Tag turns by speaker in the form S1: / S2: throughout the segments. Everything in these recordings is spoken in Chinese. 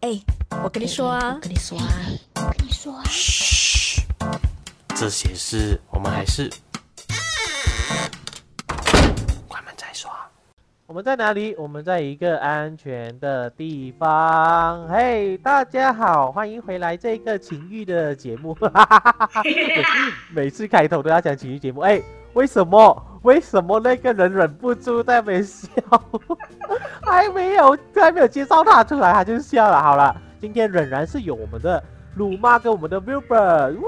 S1: 哎，我跟你说啊
S2: 嗯
S3: 我，跟你说啊，
S4: 这些事我们还是关门再说。啊
S2: 我们在哪里？我们在一个安全的地方。嘿、大家好，欢迎回来这个情欲的节目。每每次开头都要讲情欲节目，哎、为什么？为什么那个人忍不住在那边笑？ 还没有，还没有介绍他出来，他就笑了。好了，今天仍然是有我们的鲁妈跟我们的 Wilbur。呜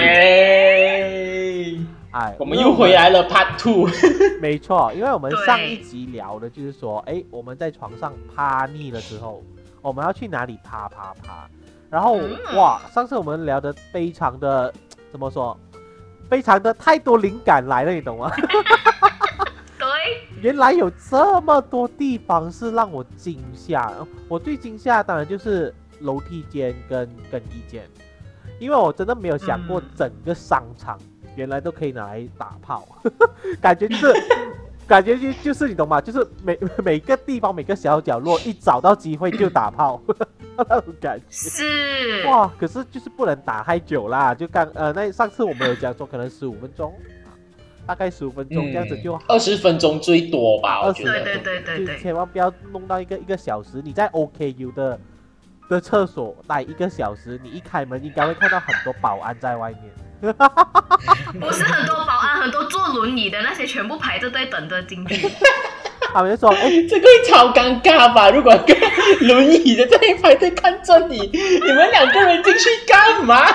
S5: 耶！
S2: 哎，
S5: 我们又回来了 Part Two。
S2: 没错，因为我们
S5: 对
S2: 上一集聊的就是说，哎，我们在床上趴腻了之后，我们要去哪里趴趴趴？然后、
S5: 嗯
S2: 哇，上次我们聊的非常的怎么说？非常的太多灵感来了，你懂吗？
S5: 对，
S2: 原来有这么多地方是让我惊吓。我最惊吓当然就是楼梯间跟更衣间，因为我真的没有想过
S5: 嗯
S2: 整个商场原来都可以拿来打炮，啊 感觉就是。感觉就就是你懂吗？就是每每个地方每个小角落，一找到机会就打炮，那种感觉。
S5: 是
S2: 哇，可是就是不能打太久啦，就刚呃那上次我们有讲说可能十五分钟，大概十五分嗯钟这样子就
S5: 二十分钟最多吧，我觉
S2: 20
S5: 得。
S2: 分
S5: 对对
S2: 就千万不要弄到一个一个小时，你在 OKU 的的厕所待一个小时，你一开门应该会看到很多保安在外面。
S6: 不是很多保安，很多坐轮椅的那些全部排着队等着进去。
S2: 他们就说：“哎、
S5: 这个会超尴尬吧？如果跟轮椅的在排队看着你，你们两个人进去干嘛？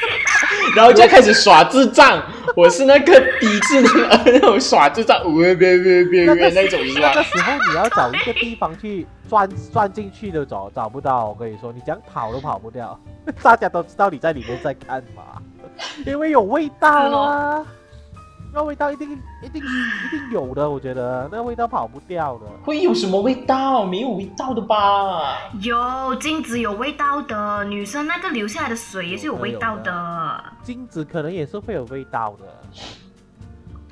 S5: 然后就开始耍智障。我是那个抵制那那种耍智障，别别别别
S2: 那
S5: 别
S2: 个
S5: 那种是
S2: 那个
S5: 吧？
S2: 时候你要找一个地方去钻钻进去都找找不到。我跟你说，你想跑都跑不掉。 大家都知道你在里面在干嘛， 因为有味道
S5: 哦
S2: 啊，那味道一定一定一定有的，我觉得那味道跑不掉的。”
S5: 会有什么味道？没有味道的吧？
S6: 有镜子有味道的，女生那个流下来的水也是有味道的。
S2: 金子可能也是会有味道的，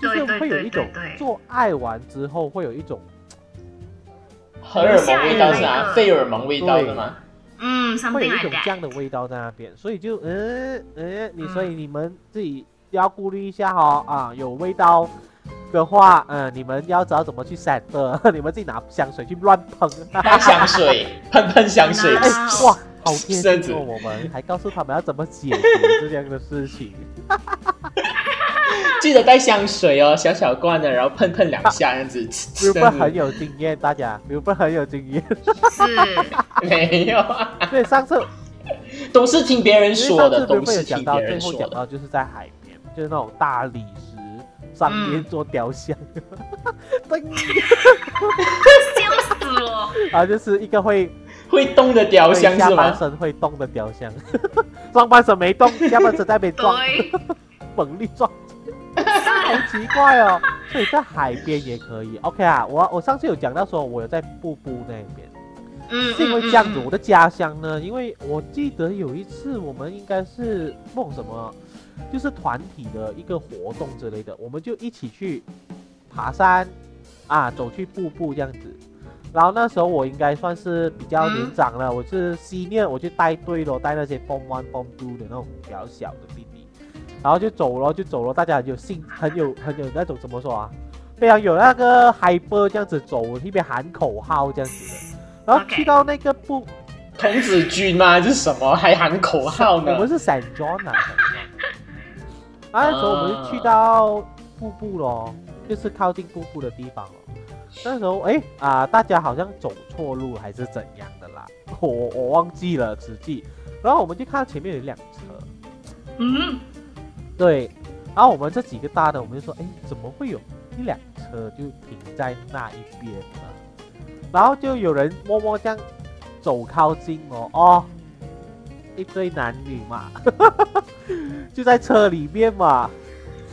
S2: 就
S6: 对
S2: 是
S6: 对
S2: 会有
S6: 对
S2: 一种
S6: 对对
S2: 做爱完之后会有一种
S5: 荷尔蒙味道是啊，费尔蒙味道的吗？
S6: 嗯
S2: 会
S6: ，something
S2: 有一
S6: like
S2: 种
S6: that。
S2: 这样的味道在那边，所以就嗯嗯，你所以你们自己要顾虑一下哦啊，有味道的话，嗯，你们要知道怎么去散的， 你们自己拿香水去乱 喷，
S5: 喷香水，喷喷香水，
S6: 啊
S2: 哎哇，好
S5: 这
S2: 贴
S5: 样
S2: 心
S5: 子
S2: 哦，我们还告诉他们要怎么解决这样的 事情。
S5: 记得带香水哦，小小罐的，然后喷喷两下，这样子。
S2: 日
S5: 这样
S2: 本
S5: 子
S2: 很有经验，大家日本很有经 验，
S6: 是，
S5: 没有啊，
S2: 所以上次
S5: 都是听别人说的，
S2: 因为
S5: 都
S2: 上次 Wilbur 有
S5: 是
S2: 讲
S5: 听
S2: 到
S5: 别
S2: 最
S5: 人
S2: 后
S5: 说
S2: 讲
S5: 的。
S2: 到就是在海边，就是那种大理石上面做雕像，噔
S6: 笑死我！
S2: 然后就是一个会
S5: 会动的雕像
S2: 下
S5: 是
S2: 半
S5: 吗？
S2: 身会动的雕像，上半身没动，下半身在那边撞，
S6: 对，
S2: 猛力撞，好奇怪哦。所以在海边也可以，OK 啊，我我上次有讲到说，我有在瀑布那边。
S6: 嗯，
S2: 是因为
S6: 嗯
S2: 这样子，
S6: 嗯
S2: 我的家乡呢，因为我记得有一次我们应该是梦什么，就是团体的一个活动之类的，我们就一起去爬山啊，走去瀑布这样子。然后那时候我应该算是比较年长
S6: 嗯
S2: 了，我是西面，我就带队咯，带那些 Form One、Form Two 的那种比较小的弟弟，然后就走咯，就走咯，大家很有兴，很有很有那种怎么说啊，非常有那个 hyper 这样子走，一边喊口号这样子的。然后
S6: OK
S2: 去到那个不
S5: 童子军吗？这是什么？还喊口号
S2: 我们
S5: 呢？
S2: 是 San John 啊。然后那时候我们就去到瀑布咯，就是靠近瀑布的地方咯。那时候哎啊、大家好像走错路还是怎样的啦，我我忘记了实际。然后我们就看到前面有一辆车，
S6: 嗯，
S2: 对，然后我们这几个大的，我们就说，哎，怎么会有一辆车就停在那一边呢？然后就有人默默这样走靠近我，哦，一对男女嘛， 就在车里面嘛，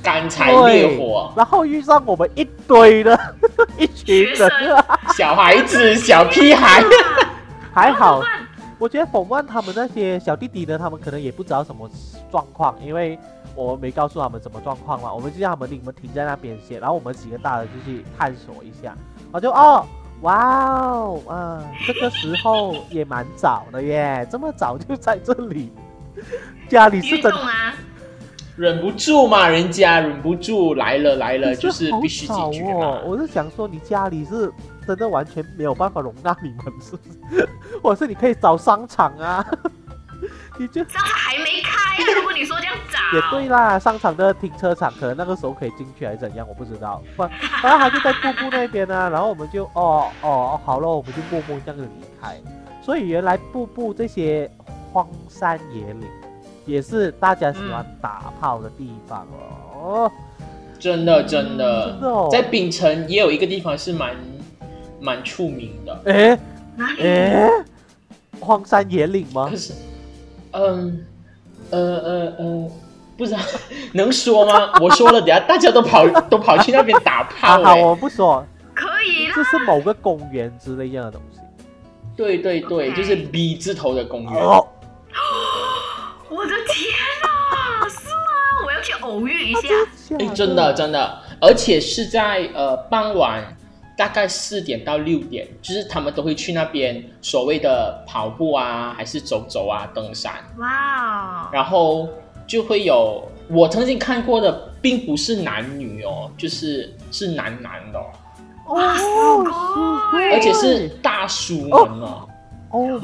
S5: 干柴烈
S2: 对
S5: 火，，
S2: 然后遇上我们一堆的， 一群
S6: 学生
S2: 人，
S5: 小孩子，小屁孩，
S2: 还好，我觉得冯万他们那些小弟弟呢，他们可能也不知道什么状况，因为我没告诉他们什么状况嘛，我们就让他们你们停在那边先，然后我们几个大人就去探索一下，然后就哦，哇哦，啊，这个时候也蛮早的耶，这么早就在这 里，家里是
S6: 运
S2: 真
S6: 动啊，
S5: 忍不住嘛，人家忍不住来了来了，
S2: 你
S5: 就是是
S2: 好
S5: 必须
S2: 少
S5: 解决
S2: 哦
S5: 嘛。。
S2: 我是想说，你家里是真的完全没有办法容纳你们，是不是？ 或者是你可以找商场啊， 你就
S6: 上次还没开啊。如果你说这样早，
S2: 也对啦，商场的停车场可能那个时候可以进去还是怎样，我不知道。反反正他就在瀑布那边呢、然后我们就哦哦好了，我们就默默这样子离开。所以原来瀑布这些荒山野岭，也是大家喜欢打炮的地方哦。
S5: 真的真
S2: 真的哦
S5: 的，在秉承也有一个地方是蛮蛮出名的，
S2: 诶
S6: 哪里？
S2: 诶，荒山野岭吗
S5: 可？是，嗯，呃呃呃，不知道能 说吗？我说了，等下大家都跑都跑去那边打
S2: 啊
S5: 炮、
S2: 好，
S5: 欸
S2: 我不说，
S6: 可以啦
S2: 这，是某个公园之类这样的东西。
S5: 对对对，就是 B 字头的公园。
S2: 哦，
S6: 我的天啊，是吗？我要去偶遇一下。
S5: 哎，真的真的，而且是在呃傍晚，大概四点到六点，就是他们都会去那边所谓的跑步啊，还是走走啊，登山，
S6: 哇哦，
S5: 然后就会有我曾经看过的，并不是男女哦，就是是男男的、哦，
S6: 哇
S2: 哦，
S6: すごい
S5: 而且是大叔们哦。
S2: 哦。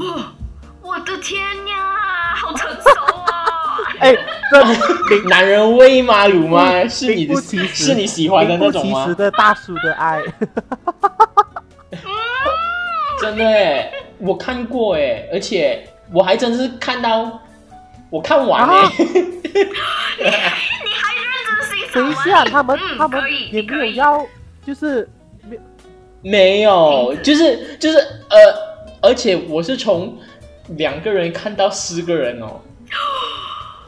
S6: 我的天呀，好成熟哦！
S2: 哎，这名
S5: 啊 男人味吗？鲁吗？是你
S2: 哦名
S5: 的
S2: 不其实，
S5: 是你喜欢的那种
S2: 名不其实
S5: 吗？
S2: 的大叔的爱，
S5: 真的哎，我看过哎，而且我还真是看到，我看完哎、
S2: 啊
S6: 哎你还认真欣赏
S2: 等一
S6: 吗？
S2: 下啊他们
S6: 嗯
S2: 他们
S6: 可以
S2: 也
S6: 你
S2: 没有
S6: 可以
S2: 要，就是
S5: 没
S2: 哎
S5: 有，
S6: 停止
S5: 就是就是呃，而且我是从两个人看到四个人哦，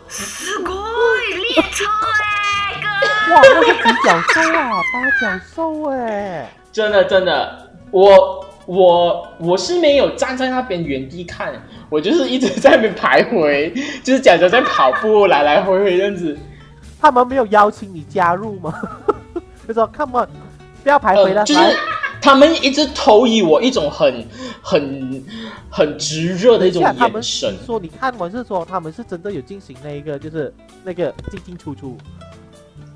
S6: すごい列车哎、哥，
S2: 哇，那是几角兽啊，八角兽哎，
S5: 真的真的，我我我是没有站在那边原地看，我就是一直在那边徘徊，就是假装在跑步，来来回回这样子。
S2: 他们没有邀请你加入吗？ 就说 come on，不要徘徊了，
S5: 呃，就是
S2: 来
S5: 他们一直投以我一种很很很炙热的一种
S2: 等一下他们
S5: 眼神
S2: 你，说你看完是说他们是真的有进行那一个就是那个进进出出，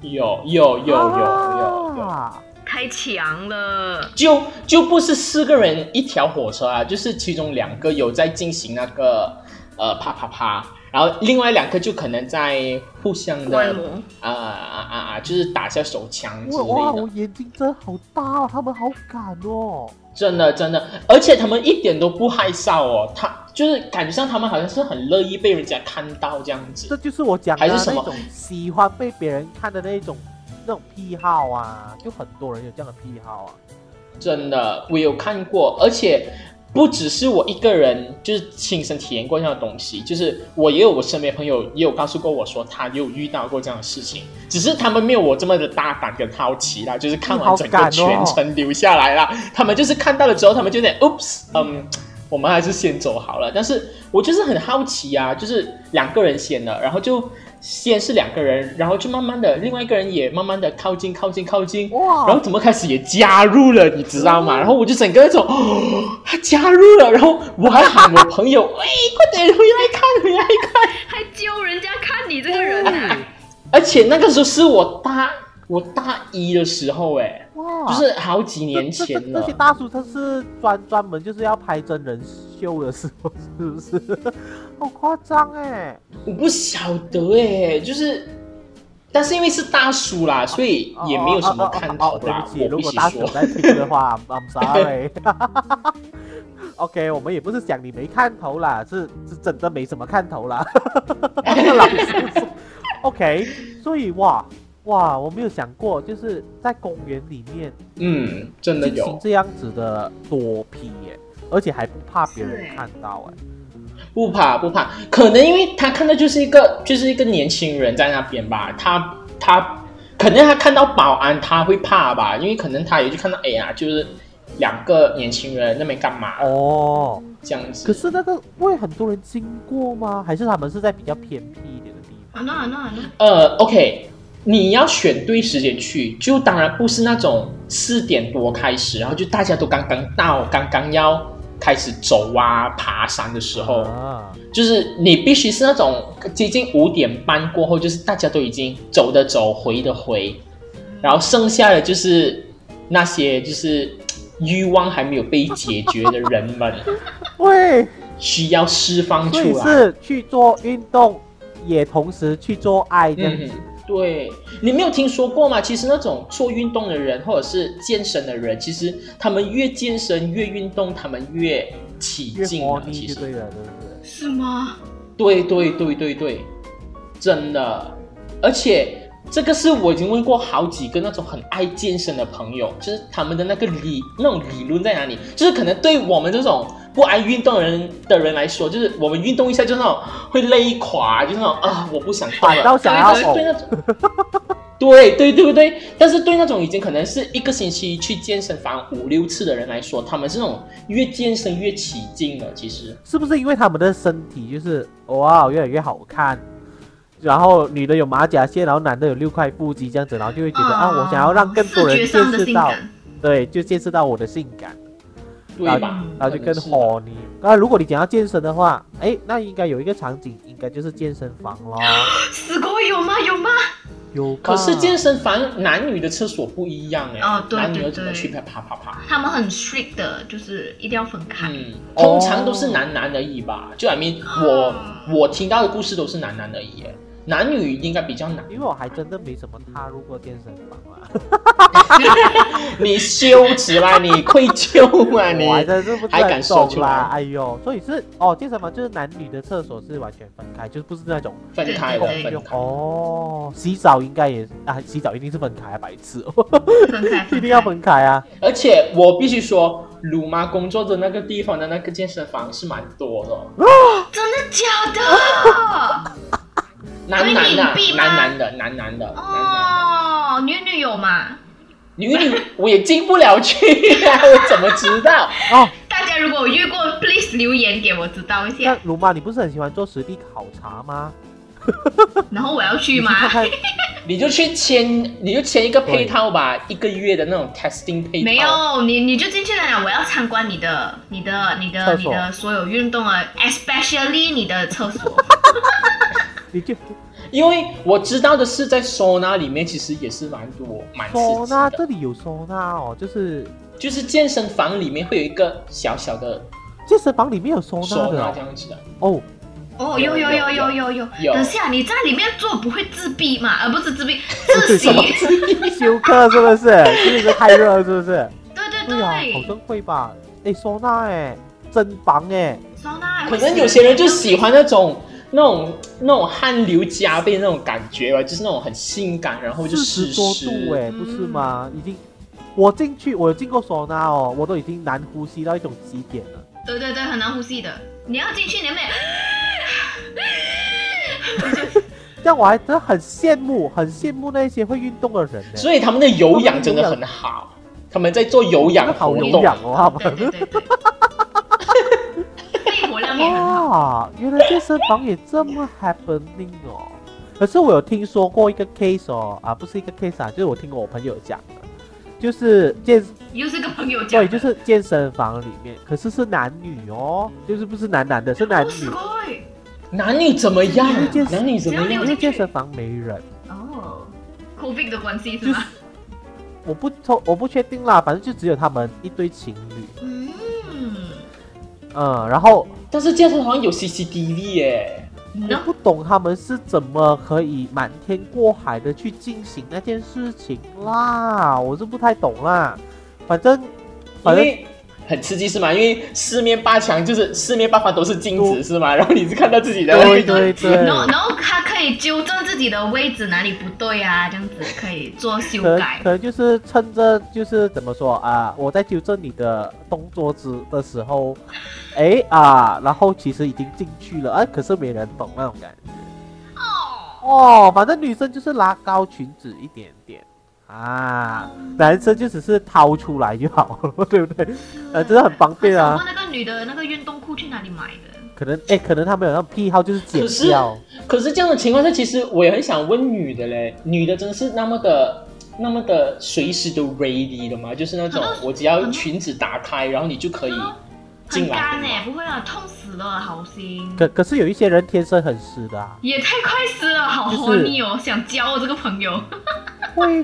S5: 有有有有有有，
S2: 啊
S6: 太强了！
S5: 就就不是四个人一条火车啊，就是其中两个有在进行那个呃啪啪啪，然后另外两个就可能在互相
S6: 观
S5: 的
S6: 摩，
S5: 啊啊啊啊，就是打下手枪之
S2: 哇哇，
S5: 类
S2: 我
S5: 的，
S2: 眼睛真好大哦，他们好敢哦，
S5: 真的真的，而且他们一点都不害臊哦，他就是感觉上他们好像是很乐意被人家看到这样子
S2: 这。就是我讲的
S5: 还是什
S2: 那
S5: 么
S2: 种喜欢被别人看的那一种那种癖好啊，就很多人有这样的癖好啊。
S5: 真的，我有看过，而且不只是我一个人，就是亲身体验过这样的东西，就是我也有我身边朋友也有告诉过我说，他也有遇到过这样的事情，只是他们没有我这么的大胆跟好奇啦，就是看完整
S2: 你好
S5: 个
S2: 敢哦
S5: 全程留下来啦，他们就是看到了之后，他们就得 oops，嗯。我们还是先走好了，但是我就是很好奇啊，就是两个人先的，然后就先是两个人，然后就慢慢的另外一个人也慢慢的靠近靠近靠近，然
S2: 哇
S5: 后，怎么开始也加入了，你知道吗？然后我就整个那种，哦、他加入了，然后我还喊我朋友，哎，快点回来看，回来看。
S6: 还教人家看你这个人啊！
S2: 嗯
S5: 而且那个时候是我大我大一的时候，哎，
S2: 哇，
S5: 就是好几年
S2: 这这
S5: 前
S2: 这
S5: 了
S2: 些。大叔他是专专门就是要拍真人秀的时候，是不是？ 好夸张哎！
S5: 我不晓得哎，就是，但是因为是大叔啦，所以也没有什么看
S2: 哦
S5: 头
S2: 哦哦哦对
S5: 啦。
S2: 不起，
S5: 我
S2: 如
S5: 必
S2: 果
S5: 须
S2: 大叔
S5: 说，
S2: 在听的话，I'm sorry。OK，我们也不是讲你没看头啦，是是真的没什么看头啦。老实说 OK，所以哇哇，我没有想过，就是在公园里面
S5: 嗯，真的
S2: 进行
S5: 有，
S2: 这样子的多批耶，而且还不怕别
S6: 是
S2: 人
S6: 哎
S2: 看到哎。
S5: 不怕不怕，可能因为他看到就是一个就是一个年轻人在那边吧，他他可能他看到保安他会怕吧，因为可能他也就看到哎呀，就是两个年轻人那边干嘛
S2: 哦，
S5: 这样子。
S2: 可是那个会很多人经过吗？还是他们是在比较偏僻一点的地方？
S6: 啊那啊那啊那，
S5: 呃，OK，你要选对时间去，就当然不是那种四点多开始，然后就大家都刚刚到，刚刚要开始走啊、爬山的时候，
S2: 啊，
S5: 就是你必须是那种接近五点半过后，就是大家都已经走的走，回的回，然后剩下的就是那些就是嘖欲望还没有被解决的人们，
S2: 喂，
S5: 需要释放
S2: 所以
S5: 出来。
S2: 是去做运动，也同时去做爱这样
S5: 嗯
S2: 子。，
S5: 对，你没有听说过吗？其实那种做运动的人或者是健身的人，其实他们越健身越运动，他们越起
S2: 越
S5: 劲
S2: 活
S5: 啊。
S2: 腻
S5: 其
S2: 就
S5: 实，
S2: 对了，对不对？
S6: 是吗？
S5: 对对对对对，真的，而且这个是我已经问过好几个那种很爱健身的朋友，就是他们的那个理那种理论在哪里？就是可能对我们这种不爱运动的人的人来说，就是我们运动一下就那种会累垮，就是那种啊我不想动
S2: 反
S5: 了。
S2: 倒想要
S5: 但是对
S2: 呕，
S5: 那种，对对对不对？但是对那种已经可能是一个星期去健身房五六次的人来说，他们是那种越健身越起劲的，其实。
S2: 是不是因为他们的身体就是哇越来越好看？然后女的有马甲线，然后男的有六块腹肌，这样子，然后就会觉得啊，我想要让更多人
S6: 视
S2: 见
S6: 觉上的
S2: 识
S6: 性
S2: 到，
S6: 感，
S2: 对，就见识到我的性感。
S5: 对吧？
S2: 然后就更
S5: 可能是吧
S2: 火你。那如果你讲要健身的话，哎，那应该有一个场景，应该就是健身房咯。
S6: 死狗有吗？有吗？
S2: 有吧，
S5: 可是健身房男女的厕所不一样哎、
S6: 哦对
S5: 男女要
S6: 对
S5: 怎么
S6: 对
S5: 去啪啪啪啪？
S6: 他们很 strict 的，就是一定要分开。
S5: 嗯，通常都是男男而已吧。就 I mean，我
S6: 啊
S5: 我听到的故事都是男男而已耶，男女应该比较难。
S2: 因为我还真的没怎么踏入过健身房啊啦，
S5: 你羞耻啦，你愧疚啊，你
S2: 我还真是不是
S5: 还敢
S2: 很
S5: 说
S2: 懂
S5: 出
S2: 啦。
S5: 来
S2: 哎呦，所以是哦，健身房就是男女的厕所是完全分开，就是不是那种
S5: 分开的
S6: 对对
S5: 哎分
S2: 用
S5: 开。
S2: 哦，洗澡应该也啊，洗澡一定是分开啊，白痴哦，
S6: 分开，
S2: 一定要
S6: 分
S2: 分开啊。
S5: 而且我必须说，鲁妈工作的那个地方的那个健身房是蛮多的，
S6: 开，真的假的？
S5: 男男
S6: 所
S5: 的
S6: 以你隐蔽，吗
S5: 男男的，男男的，男男的。
S6: 哦，女女有吗？
S5: 女女我也进不了去啊，我怎么知道？
S2: 哦，
S6: 大家如果有遇过，please 留言给我知道一
S2: 那
S6: 下。
S2: 鲁妈，你不是很喜欢做实地考察吗？
S6: 然后我要去
S2: 你
S6: 吗
S2: 去？看看
S5: 你就去签，你就签一个配套吧，一个月的那种 testing 配套。
S6: 没，有，你你就进去了。我要参观你的、你的、你的、
S2: 厕
S6: 你
S2: 所
S6: 的所有运动啊，especially 你的厕 所。
S2: 你就
S5: 因为我知道的是，在收纳里面其实也是蛮多蛮刺
S2: 收
S5: 激
S2: 纳，
S5: 的，
S2: 这里有收纳哦，就是
S5: 就是健身房里面会有一个小小的
S2: 健身房里面有收纳
S5: 收
S2: 的
S5: 纳
S2: 哦
S5: 这样 子的。
S2: 哦，
S6: 哦，有有有有有有。
S5: 有
S6: 等下你在里面做不会自闭嘛？呃而不是自 闭，自喜。
S5: 什么
S6: 对
S2: 休克是不是？ 是不是太热了是不是？
S6: 对
S2: 对啊，好
S6: 对，
S2: 像会吧？哎，收纳哎，真房哎，
S6: 收纳。
S5: 可能有些人就喜欢那种那种那种汗流浃背那种感觉吧，就是那种很性感，然后就
S2: 四
S5: 湿
S2: 十多度
S5: 湿。
S2: 哎，不是吗？已经，我进去我有进过收纳哦，我都已经难呼吸到一种极点了。
S6: 对对对，很难呼吸的。你要进去，你没
S2: 这样我还真的很羡慕，很羡慕那些会运动的人呢。
S5: 所以他们的有氧真的很好，他们在做有氧
S2: 好
S5: 活
S2: 有
S5: 动。
S2: 氧哦，他们。
S6: 对对对 对。肺活量也很好。
S2: 哇，原来健身房也这么 happening 哦。可是我有听说过一个 case 哦，啊，不是一个 case 啊，就是我听过我朋友讲的，就是健
S6: 又是个朋友讲
S2: 对，
S6: 的。
S2: 就是健身房里面，可是是男女哦，就是不是男男的，是男
S6: 哦
S2: 女。
S6: ，sky。
S5: 男女怎么样
S2: 因为健？身
S5: 男女怎么样
S2: 因？为健身房没人，
S6: 哦，COVID 的关系是
S2: 就
S6: 吗
S2: 是？我不透，我不确定啦，反正就只有他们一对情侣，
S6: 嗯
S2: 嗯，然后
S5: 但是健身房有 CCTV 耶、
S2: 我
S6: ，no，
S2: 不懂他们是怎么可以瞒天过海的去进行那件事情啦，我是不太懂啦。反正
S5: 因
S2: 反正
S5: 为很刺激是吗？因为四面八墙就是四面八方都是镜子是吗？然 后你是看到自己的，
S2: 对对对，
S6: 然后然后他可以纠正自己的位置哪里不对啊，这样子可以做修
S2: 可能
S6: 改
S2: 可。能就是趁着就是怎么说啊，我在纠正你的动作之的时候，哎啊，然后其实已经进去了，啊，可是没人懂那种感觉。
S6: 哦，
S2: 哦，反正女生就是拉高裙子一点点，啊，男生就只是掏出来就好 了，对不对？呃，真的很方便
S6: 我
S2: 啊
S6: 想。问那个女的那个运动裤去哪里买的？
S2: 可能哎，可能他们有那种癖好，就是剪
S5: 可是
S2: 掉。
S5: 可是这样的情况下，其实我也很想问女的嘞，女的真的是那么的、那么的随时都 ready 的吗？就是那种
S6: 很多
S5: 我只要裙子打开，然后你就可以
S6: 然后
S5: 进
S6: 很
S5: 来
S6: 干
S5: 了
S6: 哎、
S5: 吗
S6: 不会啊，痛死了，好心。
S2: 可可是有一些人天生很湿的啊，
S6: 也太快死了，好
S2: 就是
S6: horny 哦！想交我这个朋友，
S2: 会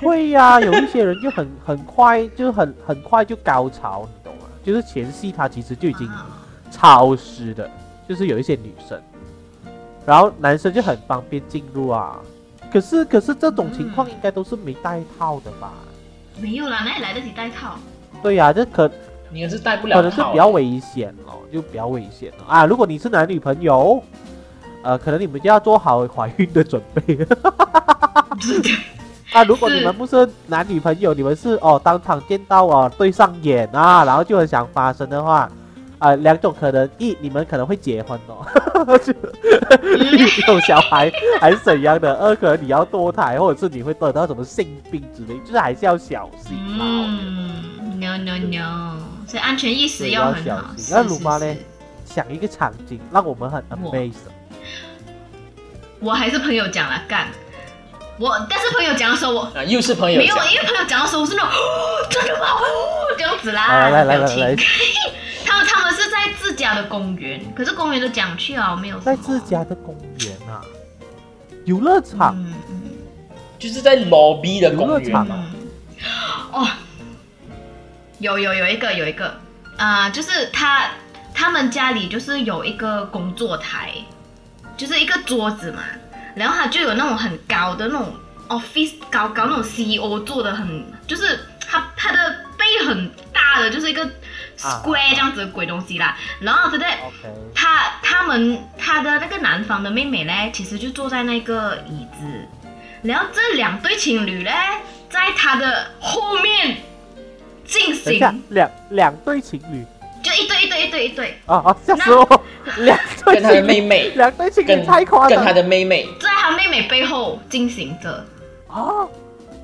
S2: 会呀、有一些人就很 很快，就很很快就高潮，你懂吗？就是前戏他其实就已经
S6: 啊
S2: 超湿的，就是有一些女生，然后男生就很方便进入啊。可是可是这种情况应该都是没带套的吧？
S6: 没有啦，哪里来得及戴 套？
S2: 对呀、这可
S5: 你也是带不
S2: 可
S5: 了
S2: 能是
S5: 套
S2: 比较危险哦，就比较危险哦啊！如果你是男女朋友，呃，可能你们就要做好怀孕的准备。 啊，如果你们不是男女朋友，你们是哦当场见到哦对上眼啊，然后就很想发生的话，啊、两种可能：一，你们可能会结婚哦， 就有小孩还是怎样的；二，可能你要堕胎，或者是你会得到什么性病之类，就是还是要小心啦。我觉得
S6: 嗯，no no no，所以安全意识要很
S2: 对要
S6: 好
S2: 小。心
S6: 是
S2: 那鲁妈？
S6: 是
S2: 嘞
S6: 是
S2: 想一个场景，让我们很
S6: 哇
S2: amazed。
S6: 我还是朋友讲了干，我但是朋友讲的时候我
S5: 啊，又是朋友
S6: 没有
S5: 讲，，
S6: 因为朋友讲的时候我是那种 哦真的吗？ 哦这样子啦，
S2: 来来来
S6: 表
S2: 来
S6: 情
S2: 来，
S6: 他们他们是在自家的公园，可是公园都讲去啊，没有什
S2: 在
S6: 么
S2: 自家的公园啊，游乐场，
S6: 嗯嗯
S5: 就是在 lobby 的公
S2: 游乐
S5: 园
S2: 场
S5: 嘛，
S6: 嗯哦，有有有一个有一个，啊、就是他他们家里就是有一个工作台，就是一个桌子嘛，然后他就有那种很高的那种 office 高高那种 CEO 做的很，就是他他的背很大的，就是一个
S2: 啊
S6: square 这样子的鬼东西啦，然后他在。
S2: OK，
S6: 他他们他的那个男方的妹妹嘞，其实就坐在那个椅子，然后这两对情侣嘞，在他的后面进
S2: 等一下
S6: 行，，
S2: 两两对情侣
S6: 就一对一对一对一对，
S2: 啊啊，吓死我！ 两对
S5: 跟他的
S2: 情
S5: 妹
S2: 侣，
S5: 妹，
S2: 两对情
S5: 跟
S2: 侣太夸
S5: 跟
S2: 张
S5: 他的妹妹，
S6: 在他妹妹背后进行着，
S2: 啊！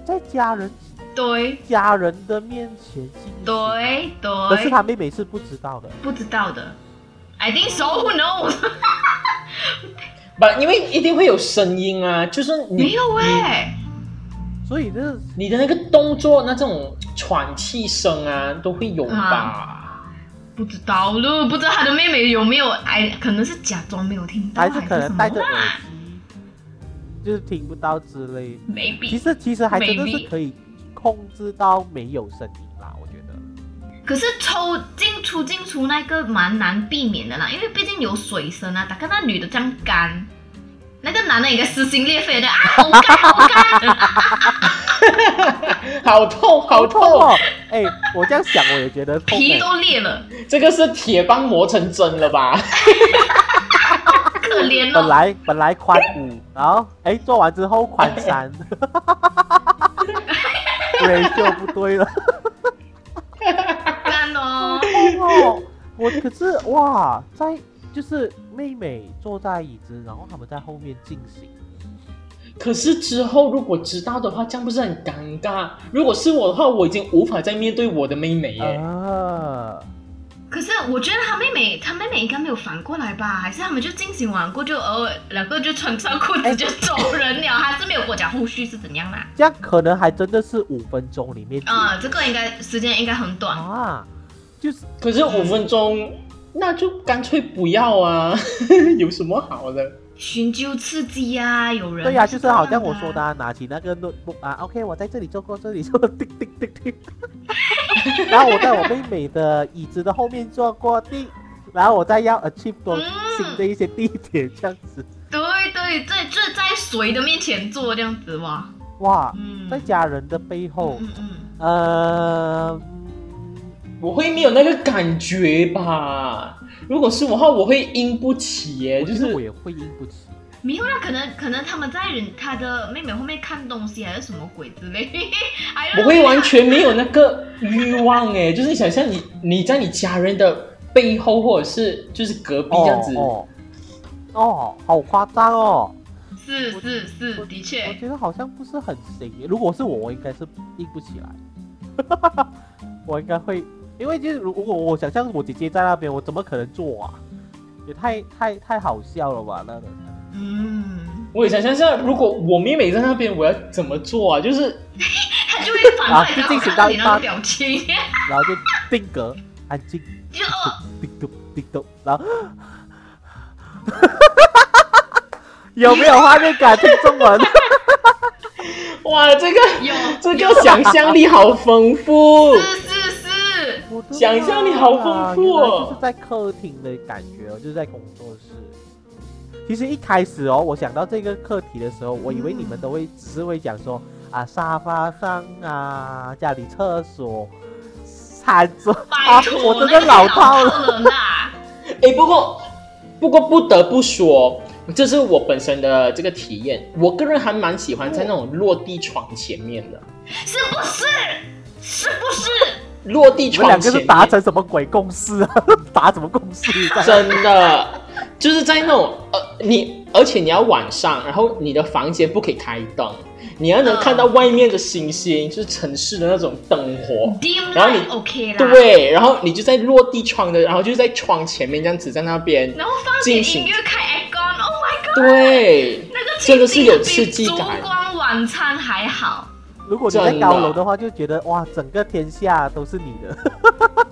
S2: 在家人
S6: 对
S2: 家人的面前进行，
S6: 对
S2: 可是
S6: 对，
S2: 他妹妹是不知道的。
S6: 不知道的，I think so who knows，
S5: 不，因为一定会有声音啊，就是你
S6: 没有哎、
S2: 所以这
S5: 你你的那个动作，那种喘气声啊，都会有吧？
S6: 不知道了，不知道他的妹妹有没有哎，可能是假装没有听到，
S2: 还
S6: 还
S2: 是
S6: 是
S2: 可
S6: 什
S2: 能
S6: 么
S2: 戴着耳机，就是听不到之类的。
S6: ？Maybe
S2: 其实其实还真的是
S6: Maybe
S2: 可以控制到没有声音啦，我觉得。
S6: 可是抽进出进出那个蛮难避免的啦，因为毕竟有水声啊。打开那女的这样干，那个男的应该撕心裂 肺的啊，好干好干。
S5: 好痛，好
S2: 痛
S5: 痛！
S2: 哦！哎、我这样想我也觉得痛、
S6: 皮
S2: 哎
S6: 都裂了，
S5: 这个是铁棒磨成针了吧？
S6: 可怜
S2: 本
S6: 哦。
S2: 来本来宽五，然后哎、做完之后宽三，对就不对了。
S6: 干哦，
S2: 哦，我可是哇，在就是妹妹坐在椅子，然后他们在后面进行。
S5: 可是之后如果知道的话，这样不是很尴尬？如果是我的话，我已经无法再面对我的妹妹耶。
S2: 啊，
S6: 可是我觉得他妹妹，他妹妹应该没有反过来吧？还是他们就进行完过就偶尔两个就穿上裤子就走人了？还是没有跟我讲后续是怎样啦？
S2: 这样可能还真的是五分钟里面
S6: 啊、这个应该时间应该很短。
S2: 啊，就是
S5: 可是五分钟，那就干脆不要啊， 有什么好的？
S6: 寻求刺激啊，有人
S2: 对呀、就是好
S6: 这样
S2: 像我
S6: 啊
S2: 说的、啊，拿起那个 notebook 啊，OK，我在这里做过，这里做过， 叮叮叮叮，然后我在我妹妹的椅子的后面做过叮，然后我再要 achieve 多
S6: 嗯
S2: 新的一些地点这样 子，
S6: 对对，在这在谁的面前做这样子哇？
S2: 哇，
S6: 嗯，
S2: 在哦家人的背后，
S6: 嗯嗯，
S2: 呃，
S5: 我会没有那个感觉吧？如果是我的话，我会硬不起耶，
S2: 我
S5: 哎就
S2: 觉得
S5: 是
S2: 我也会应不起，
S6: 没有啊啦，可能可能他们在人他的妹妹后面看东西还是什么鬼之类， 哎
S5: 我会完全没有那个欲望哎，就是想象你你在你家人的背
S2: 哦
S5: 后，或者是就是隔壁这样子，
S2: 哦哦，哦好夸张哦，
S6: 是是是，的
S2: 我
S6: 确，
S2: 觉得好像不是很行耶。如果是我，我应该是硬不起来，我应该会，因为就是如如果我想象我姐姐在那边，我怎么可能做啊？也太太太好笑了吧？那个
S6: 嗯，
S5: 我也想象一下，如果我妹妹在那边，我要怎么做 啊？就是
S6: 他就会
S2: 啊
S6: 反过来，然
S2: 就
S6: 后
S2: 进行
S6: 看你
S2: 到
S6: 那
S2: 八
S6: 个表情，
S2: 然后就定格，安静，
S6: 就哦，
S2: 叮咚叮咚，然后有没有画面感？听中文，
S5: 哇，这个
S6: 有，
S5: 这个想象力好丰 富。
S6: 是是是，
S2: 我的妈啊
S5: 想象力好丰富
S2: 原
S5: 哦
S2: 来就是在客厅的感觉哦，就是在工作室。其实一开始哦，我想到这个课题的时候，我以为你们都会只是会讲说啊，沙发上啊，家里厕所、餐桌啊
S6: 拜，托，
S2: 我真
S6: 那
S2: 的
S6: 个
S2: 老
S6: 套
S2: 套了。
S6: 了啦，
S5: 哎，不过不过不得不说，这是我本身的这个体验，我个人还蛮喜欢在那种落地窗前面的。
S6: 是不是？是不是？
S5: 落地
S2: 你们
S5: 窗
S2: 两
S5: 前
S2: 个
S5: 面
S2: 是达成什么鬼共识 啊？达什么共识？
S5: 真的就是在那种呃，你而且你要晚上，然后你的房间不可以开灯，你要能
S6: 嗯
S5: 看到外面的星星，就是城市的那种灯火。
S6: Dim
S5: 哦然后
S6: light
S5: 你
S6: OK 啦，，
S5: 对，然后你就在落地窗的，然后就在窗前面这样子在那边，
S6: 然后放
S5: 进
S6: 点
S5: 行
S6: 音乐，开 aircon，Oh my god，，
S5: 对，
S6: 那个
S5: 真的是有
S6: 情景
S5: 刺激
S6: 比烛
S5: 感
S6: 光晚餐还好。
S2: 如果你在高楼的话，就觉得哇，整个天下都是你 的。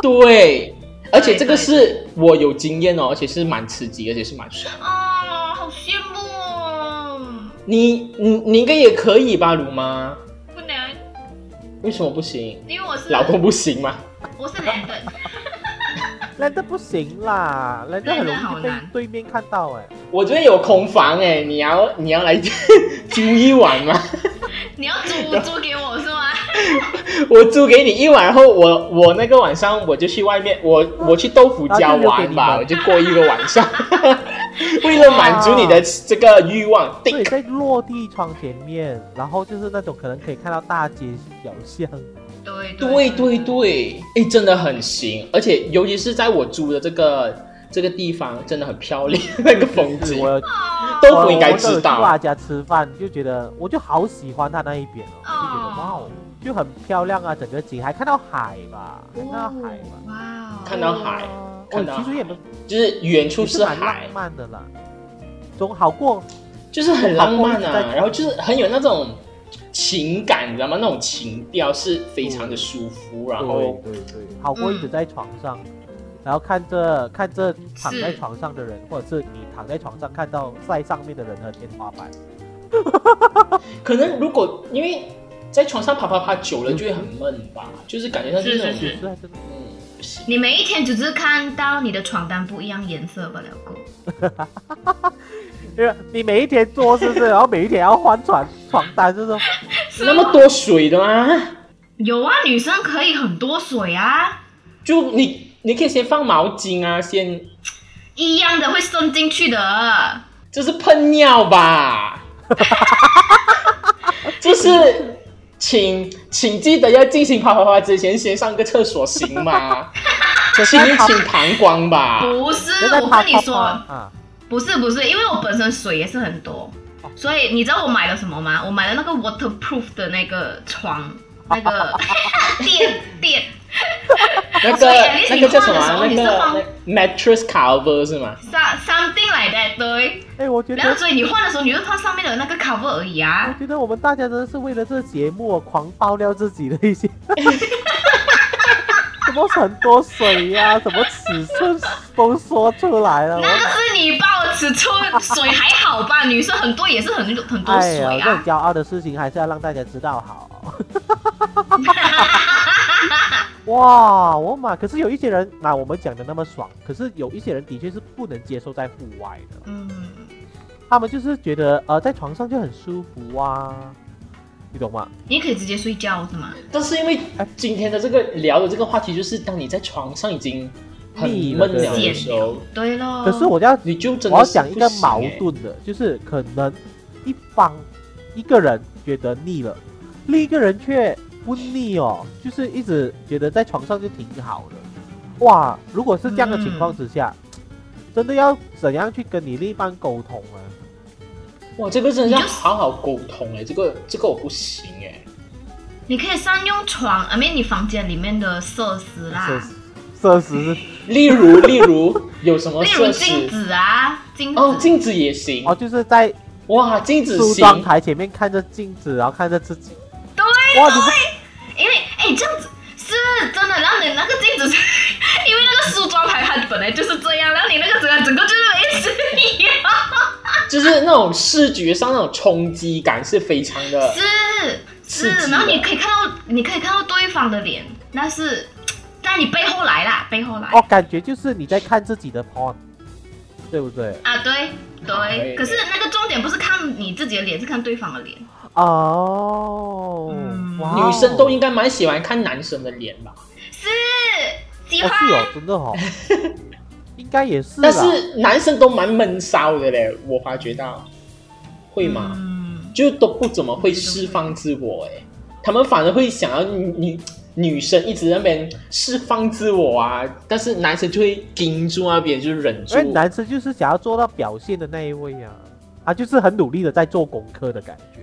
S5: 对，而且这
S6: 对对
S5: 个是我有经验哦，而且是蛮刺激，而且是蛮爽。
S6: 啊，好羡慕哦！
S5: 你你你应该也可以吧，鲁妈？
S6: 不能，
S5: 为什么不行？
S6: 因为我是
S5: 老公不行吗？
S6: 我是男的，
S2: 兰德不行啦，兰德很容
S6: 兰德好
S2: 易被
S6: 难
S2: 对面看到哎、
S5: 我这边有空房哎、你要你要来 租一晚吗？
S6: 你要租租给我是吗？
S5: 我租给你一晚，然后我我那个晚上我就去外面，我我去豆腐家玩吧，
S2: 然后
S5: 我就过一个晚上， 为了满足你的
S2: 啊
S5: 这个欲望。
S2: 对，
S5: 对，
S2: 在落地窗前面，然后就是那种可能可以看到大街小巷。
S6: 对
S5: 对对，对，哎，真的很行，而且尤其是在我租的这个这个地方，真的很漂亮， 那个风
S2: 是
S5: 景
S2: 我。有
S5: 豆腐应该
S2: 我有
S5: 知
S2: 去他
S5: 道，
S2: 家吃饭，就觉得我就好喜欢他那一边哦，就觉得哇哦，就很漂亮啊，整个景还看到海吧，看到海吧。
S6: 哇哦，
S5: 看到海
S2: 哦
S5: 看到
S2: 其实也不
S5: 就是远处
S2: 也
S5: 是
S2: 是蛮
S5: 海
S2: 浪，漫的啦，总好过
S5: 就是很浪漫
S2: 好过一直
S5: 啊，
S2: 在
S5: 然后就是很有那种情感，你知道吗？那种情调是非常的舒服，然后
S2: 对对对，好过一直在床上，然后看着看着躺在床上的人，或者是你躺在床上看到在上面的人和天花板，
S5: 可能如果因为在床上啪啪啪久了就会很闷吧，就是感觉上就是那种
S6: 是
S2: 其实还真的
S5: 嗯不行
S6: 你每一天只是看到你的床单不一样颜色罢了，够。
S2: 因为你每一天做是不是？然后每一天要换床床单， 就是
S5: 那么多水的吗？
S6: 有啊，女生可以很多水啊，
S5: 就你你可以先放毛巾啊，先
S6: 一样的会渗进去的。
S5: 这是喷尿 吧？就是请请记得要进行啪啪啪之前先上个厕所行吗？清一清膀胱吧。
S6: 不是，
S2: 人在
S6: 我
S2: 啪
S6: 跟你
S2: 啪啪
S6: 说，
S2: 啊，
S6: 不是不是，因为我本身水也是很多，
S2: 哦
S6: 所以你知道我买了什么吗？我买了那个 waterproof 的那个床，
S2: 哦
S6: 那 个垫垫，
S5: 那
S6: 所以
S5: 个
S6: 啊你
S5: 那个叫什么
S6: 你换的时候你
S5: 啊？那
S6: 是放
S5: 个那 mattress cover 是吗？
S6: 上 something like that，对。
S2: 哎，我觉
S6: 然后
S2: 得。
S6: 所以你换的时候，你就换上面的那个 cover 而已
S2: 我
S6: 啊。
S2: 觉得我们大家真的是为了这节目狂爆料自己的一些， 什么很多水呀、什么尺寸都说出来了。
S6: 那
S2: 我
S6: 个是你报尺寸，水还好吧？女生很多也是很很多
S2: 哎
S6: 水
S2: 呀，这
S6: 啊
S2: 种。骄傲的事情还是要让大家知道 好。哇，我妈！可是有一些人啊，我们讲的那么爽，可是有一些人的确是不能接受在户外的，
S6: 嗯，
S2: 他们就是觉得呃，在床上就很舒服啊，你懂吗？
S6: 你可以直接睡觉是吗？
S5: 但是因为今天的这个聊的这个话题，就是当你在床上已经很
S2: 腻了
S5: 闷了的时候，
S6: 对咯。
S2: 可是我要
S5: 你就真
S2: 我要
S5: 的是
S2: 讲一个
S5: 不行
S2: 矛
S5: 欸。
S2: 盾的，就是可能一方一个人觉得腻了，另一个人却不腻哦，就是一直觉得在床上就挺好的。哇，如果是这样啊的情况之下，真的要怎样去跟你另一半沟通呢？
S5: 哇，这个真的要
S6: 你就
S5: 好好沟通哎、这个这个我不行哎、
S6: 你可以善用床，I mean 你房间里面的设施啦，
S2: 设施设施是
S5: 例如例如有什么
S6: 例如
S5: 设
S6: 镜
S5: 施？
S6: 子啊，镜子，
S5: 哦，镜子也行
S2: 哦，就是在
S5: 哇，镜子
S2: 梳妆
S5: 行，
S2: 台前面看着镜子，然后看着自己。
S6: 对，
S2: 哇，你不
S6: 因为哎这样子是真的，然后你那个镜子是， 因为那个梳妆台它本来就是这样，然后你那个整个整个就是一直一样，
S5: 就是那种视觉上那种冲击感是非常的。
S6: 是
S5: 刺激
S6: 是，
S5: 的
S6: 然后你可以看到你可以看到对方的脸，但是在你背后来啦，背后来。
S2: 哦，感觉就是你在看自己的 porn，对不对？
S6: 啊，对
S5: 哎
S6: 对，可是那个重点不是看你自己的脸，是看对方的脸。
S2: 哦，
S6: 嗯
S2: 哇哦
S5: 女生都应该蛮喜欢看男生的脸吧，
S6: 是喜
S2: 哦
S6: 欢、
S2: 是哦，真的 哦，应该也是啦。
S5: 但是男生都蛮闷骚的嘞，我发觉到，会吗？
S6: 嗯，
S5: 就都不怎么会释放自我哎、他们反而会想要女女生一直在那边释放自我啊，但是男生就会盯住那边，就忍住
S2: 因为。哎男生就是想要做到表现的那一位呀、啊，他就是很努力的在做功课的感觉，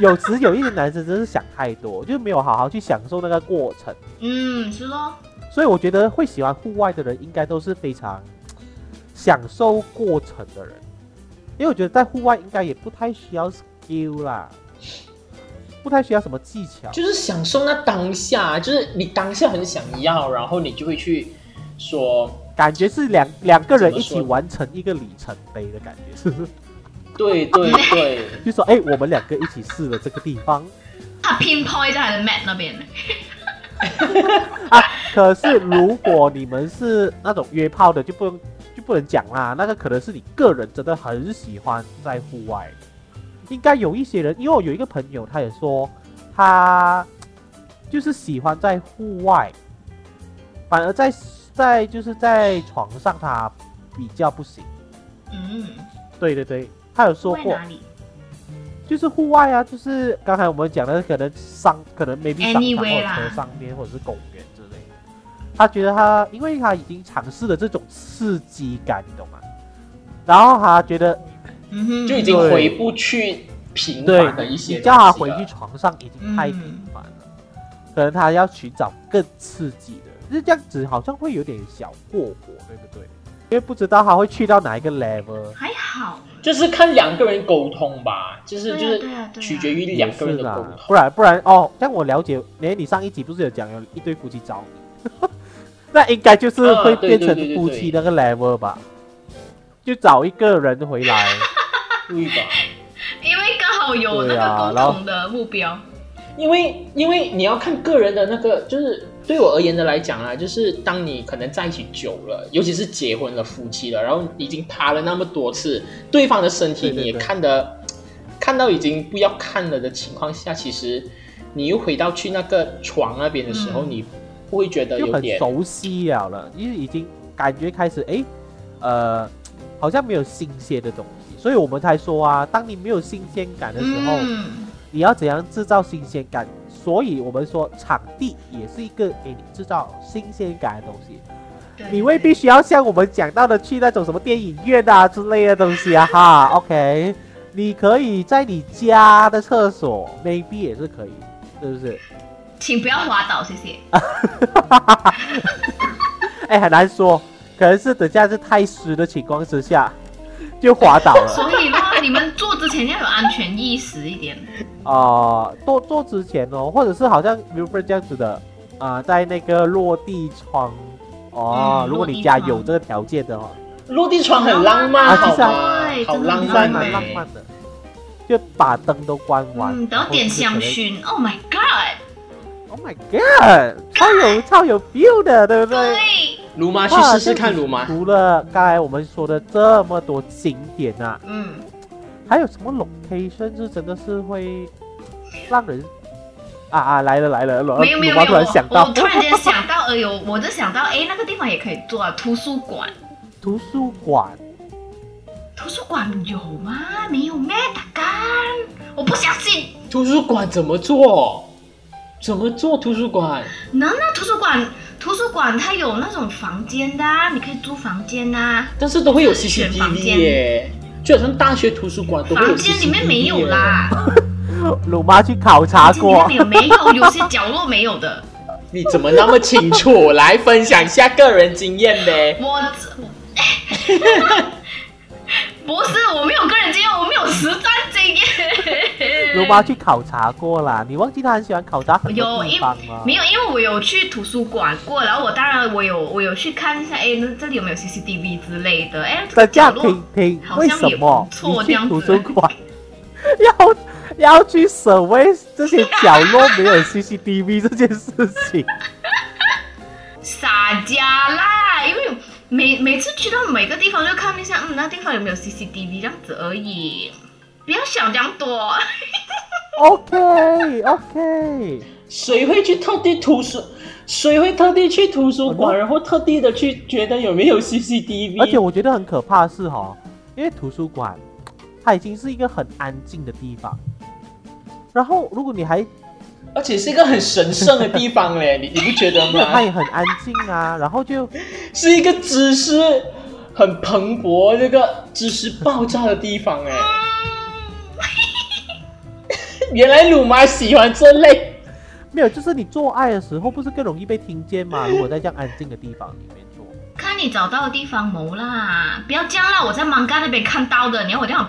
S2: 有时有一些男生真是想太多，就没有好好去享受那个过程。
S6: 嗯，是咯。
S2: 所以我觉得会喜欢户外的人，应该都是非常享受过程的人，因为我觉得在户外应该也不太需要 skill 啦，不太需要什么技巧。
S5: 就是享受那当下，就是你当下很想要，然后你就会去说，
S2: 感觉是两两个人
S5: 怎
S2: 一
S5: 么说
S2: 起完成一个里程碑的感觉，是不是？
S5: 对对
S6: 啊
S5: 对，
S2: 就说哎，我们两个一起试了这个地方
S6: 他啊 pinpoint 在他的 map 那边，
S2: 啊。可是如果你们是那种约炮的，就不用就不能讲啦。那个可能是你个人真的很喜欢在户外，应该有一些人，因为我有一个朋友，他也说他就是喜欢在户外，反而在在就是在床上他比较不行。
S6: 嗯，
S2: 对对对，他有说
S6: 在
S2: 过
S6: 哪，里
S2: 就是户外啊，就是刚才我们讲的，可能商，可能 maybe 商场
S6: Anyway
S2: 或者
S6: 啦
S2: 车上面，或者是公园之类的。他觉得他，因为他已经尝试了这种刺激感，你懂吗？然后他觉得，
S6: 嗯哼，
S5: 就已经回不去平
S2: 对
S5: 凡的一，些
S2: 你
S5: 东西了。啊
S2: 叫他回去床上已经太频繁了，可能他要寻找更刺激的，就是这样子，好像会有点小过火，对不对？因为不知道他会去到哪一个 level。
S6: 还好，
S5: 就是看两个人沟通吧，就是、
S6: 对啊
S5: 就
S6: 对啊
S5: 是
S6: 对啊
S5: 取决于
S2: 也
S5: 两个
S2: 是
S5: 人的沟
S2: 啦
S5: 通，。
S2: 不然不然哦，像我了解，哎，你上一集不是有讲有一对夫妻找你， 那应该就是会
S5: 啊对
S2: 变成
S5: 对对对
S2: 夫妻那个 level 吧？就找一个人回来，
S5: 对吧？
S6: 因为刚好有那
S2: 对啊
S6: 个
S2: 然后
S6: 共同的目标，
S5: 因为因为你要看个人的那个，就是对我而言的来讲啊，就是当你可能在一起久了，尤其是结婚了夫妻了，然后已经塌了那么多次，对方的身体
S2: 对对对
S5: 你也看得看到已经不要看了的情况下，其实你又回到去那个床那边的时候，
S6: 嗯
S5: 你不会觉得
S2: 就
S5: 有
S2: 很
S5: 点
S2: 熟悉了了，因为已经感觉开始哎，呃，好像没有新鲜的东西，所以我们才说啊，当你没有新鲜感的时候，
S6: 嗯，
S2: 你要怎样制造新鲜感？所以我们说场地也是一个给你制造新鲜感的东西。
S6: 对，
S2: 你未必需要像我们讲到的去那种什么电影院啊之类的东西啊哈，OK，你可以在你家的厕所，maybe 也是可以，是不是？
S6: 请不要滑倒，谢谢。
S2: 哎，很难说，可能是等下是太湿的情况之下就滑倒了。
S6: 所 以的话，你们做之前要有安全意识一 点。
S2: 哦，做做之前哦，或者是好像 r u b e r 这样子的啊、在那个落地窗哦，
S6: 嗯
S2: 如
S6: 落
S2: 果你
S6: 地
S2: 家
S6: 窗
S2: 有这个条件的话、
S5: 落地窗很浪漫，
S2: 啊
S5: 好
S2: 是
S5: 吗
S6: 啊？对
S5: 好
S6: 真的
S5: 浪
S2: 浪
S5: 漫
S2: 漫
S5: 欸
S2: 浪漫的，就把灯都关完，
S6: 嗯，然后
S2: 后
S6: 点
S2: 就是
S6: 香
S2: 可能
S6: 薰，Oh my God！
S2: Oh my god，超有超有 feel 的，对不对？
S6: 对，
S5: 鲁妈去
S2: 哇
S5: 试试看，
S2: 这
S5: 鲁妈。
S2: 除了刚才我们说的这么多景点啊，
S6: 嗯，
S2: 还有什么 location 是真的是会让人啊啊来了来了，
S6: 没有没有
S2: 鲁
S6: 没有，
S2: 妈
S6: 哦
S2: 突然想到
S6: 我我突然间想到，哎呦，我就想到，哎，那个地方也可以做啊，图书馆。
S2: 图书馆，
S6: 图书馆有吗？没有咩？大干，我不相信。
S5: 图书馆怎么做？怎么做图书馆？
S6: 能啊，图书馆，图书馆它有那种房间的、啊，你可以租房间啊呐、
S5: 但是都会有
S6: 自选房
S5: CCTV
S6: 间
S5: 耶，就好像大学图书馆都会有
S6: 房
S5: CCTV
S6: 间里面没有
S5: 耶。
S6: 啦，
S2: 鲁妈去考察
S6: 房间里
S2: 过
S5: 啊
S6: 面，没有，没有，有些角落没有的。
S5: 你怎么那么清楚？来分享一下个人经验 呗。
S6: 我只，不是，我没有个人经验，我没有实战经验。
S2: 鲁妈去考察过啦。你忘记她很喜欢考察很
S6: 有
S2: 多地
S6: 因
S2: 方吗？
S6: 没有，因为我有去图书馆过，然后我当然我有我有去看一下，哎，那这里有没有 CCTV 之类的？哎，
S2: 大家
S6: 角落
S2: 听听，
S6: 好
S2: 为
S6: 像
S2: 什
S6: 也
S2: 么
S6: 不
S2: 你
S6: 错这
S2: 去
S6: 样
S2: 图
S6: 子
S2: 书馆 要要去守卫这些角落没有 CCTV 这件事情？
S6: 傻家啦，因为每每次去到每个地方就看一下，嗯，那地方有没有 CCTV 这样子而已，不要想这样多。
S2: OK OK，
S5: 谁会去特地图书？谁会特地去图书
S2: 很多
S5: 馆，然后特地的去觉得有没有 CCTV？
S2: 而且我觉得很可怕的是哈、因为图书馆它已经是一个很安静的地方，然后如果你还
S5: 而且是一个很神圣的地方嘞，你你不觉得
S2: 没 有，它也
S5: 吗？
S2: 很安静啊，然后就是
S5: 一个知识很蓬勃、这个知识爆炸的地方 哎。原来鲁妈喜欢这类，
S2: 没有，就是你做爱的时候不是更容易被听见吗？如果在这样安静的地方里面做，
S6: 看你找到的地方谋啦，不要这样啦，我在芒嘎那边看到的，你要我这样，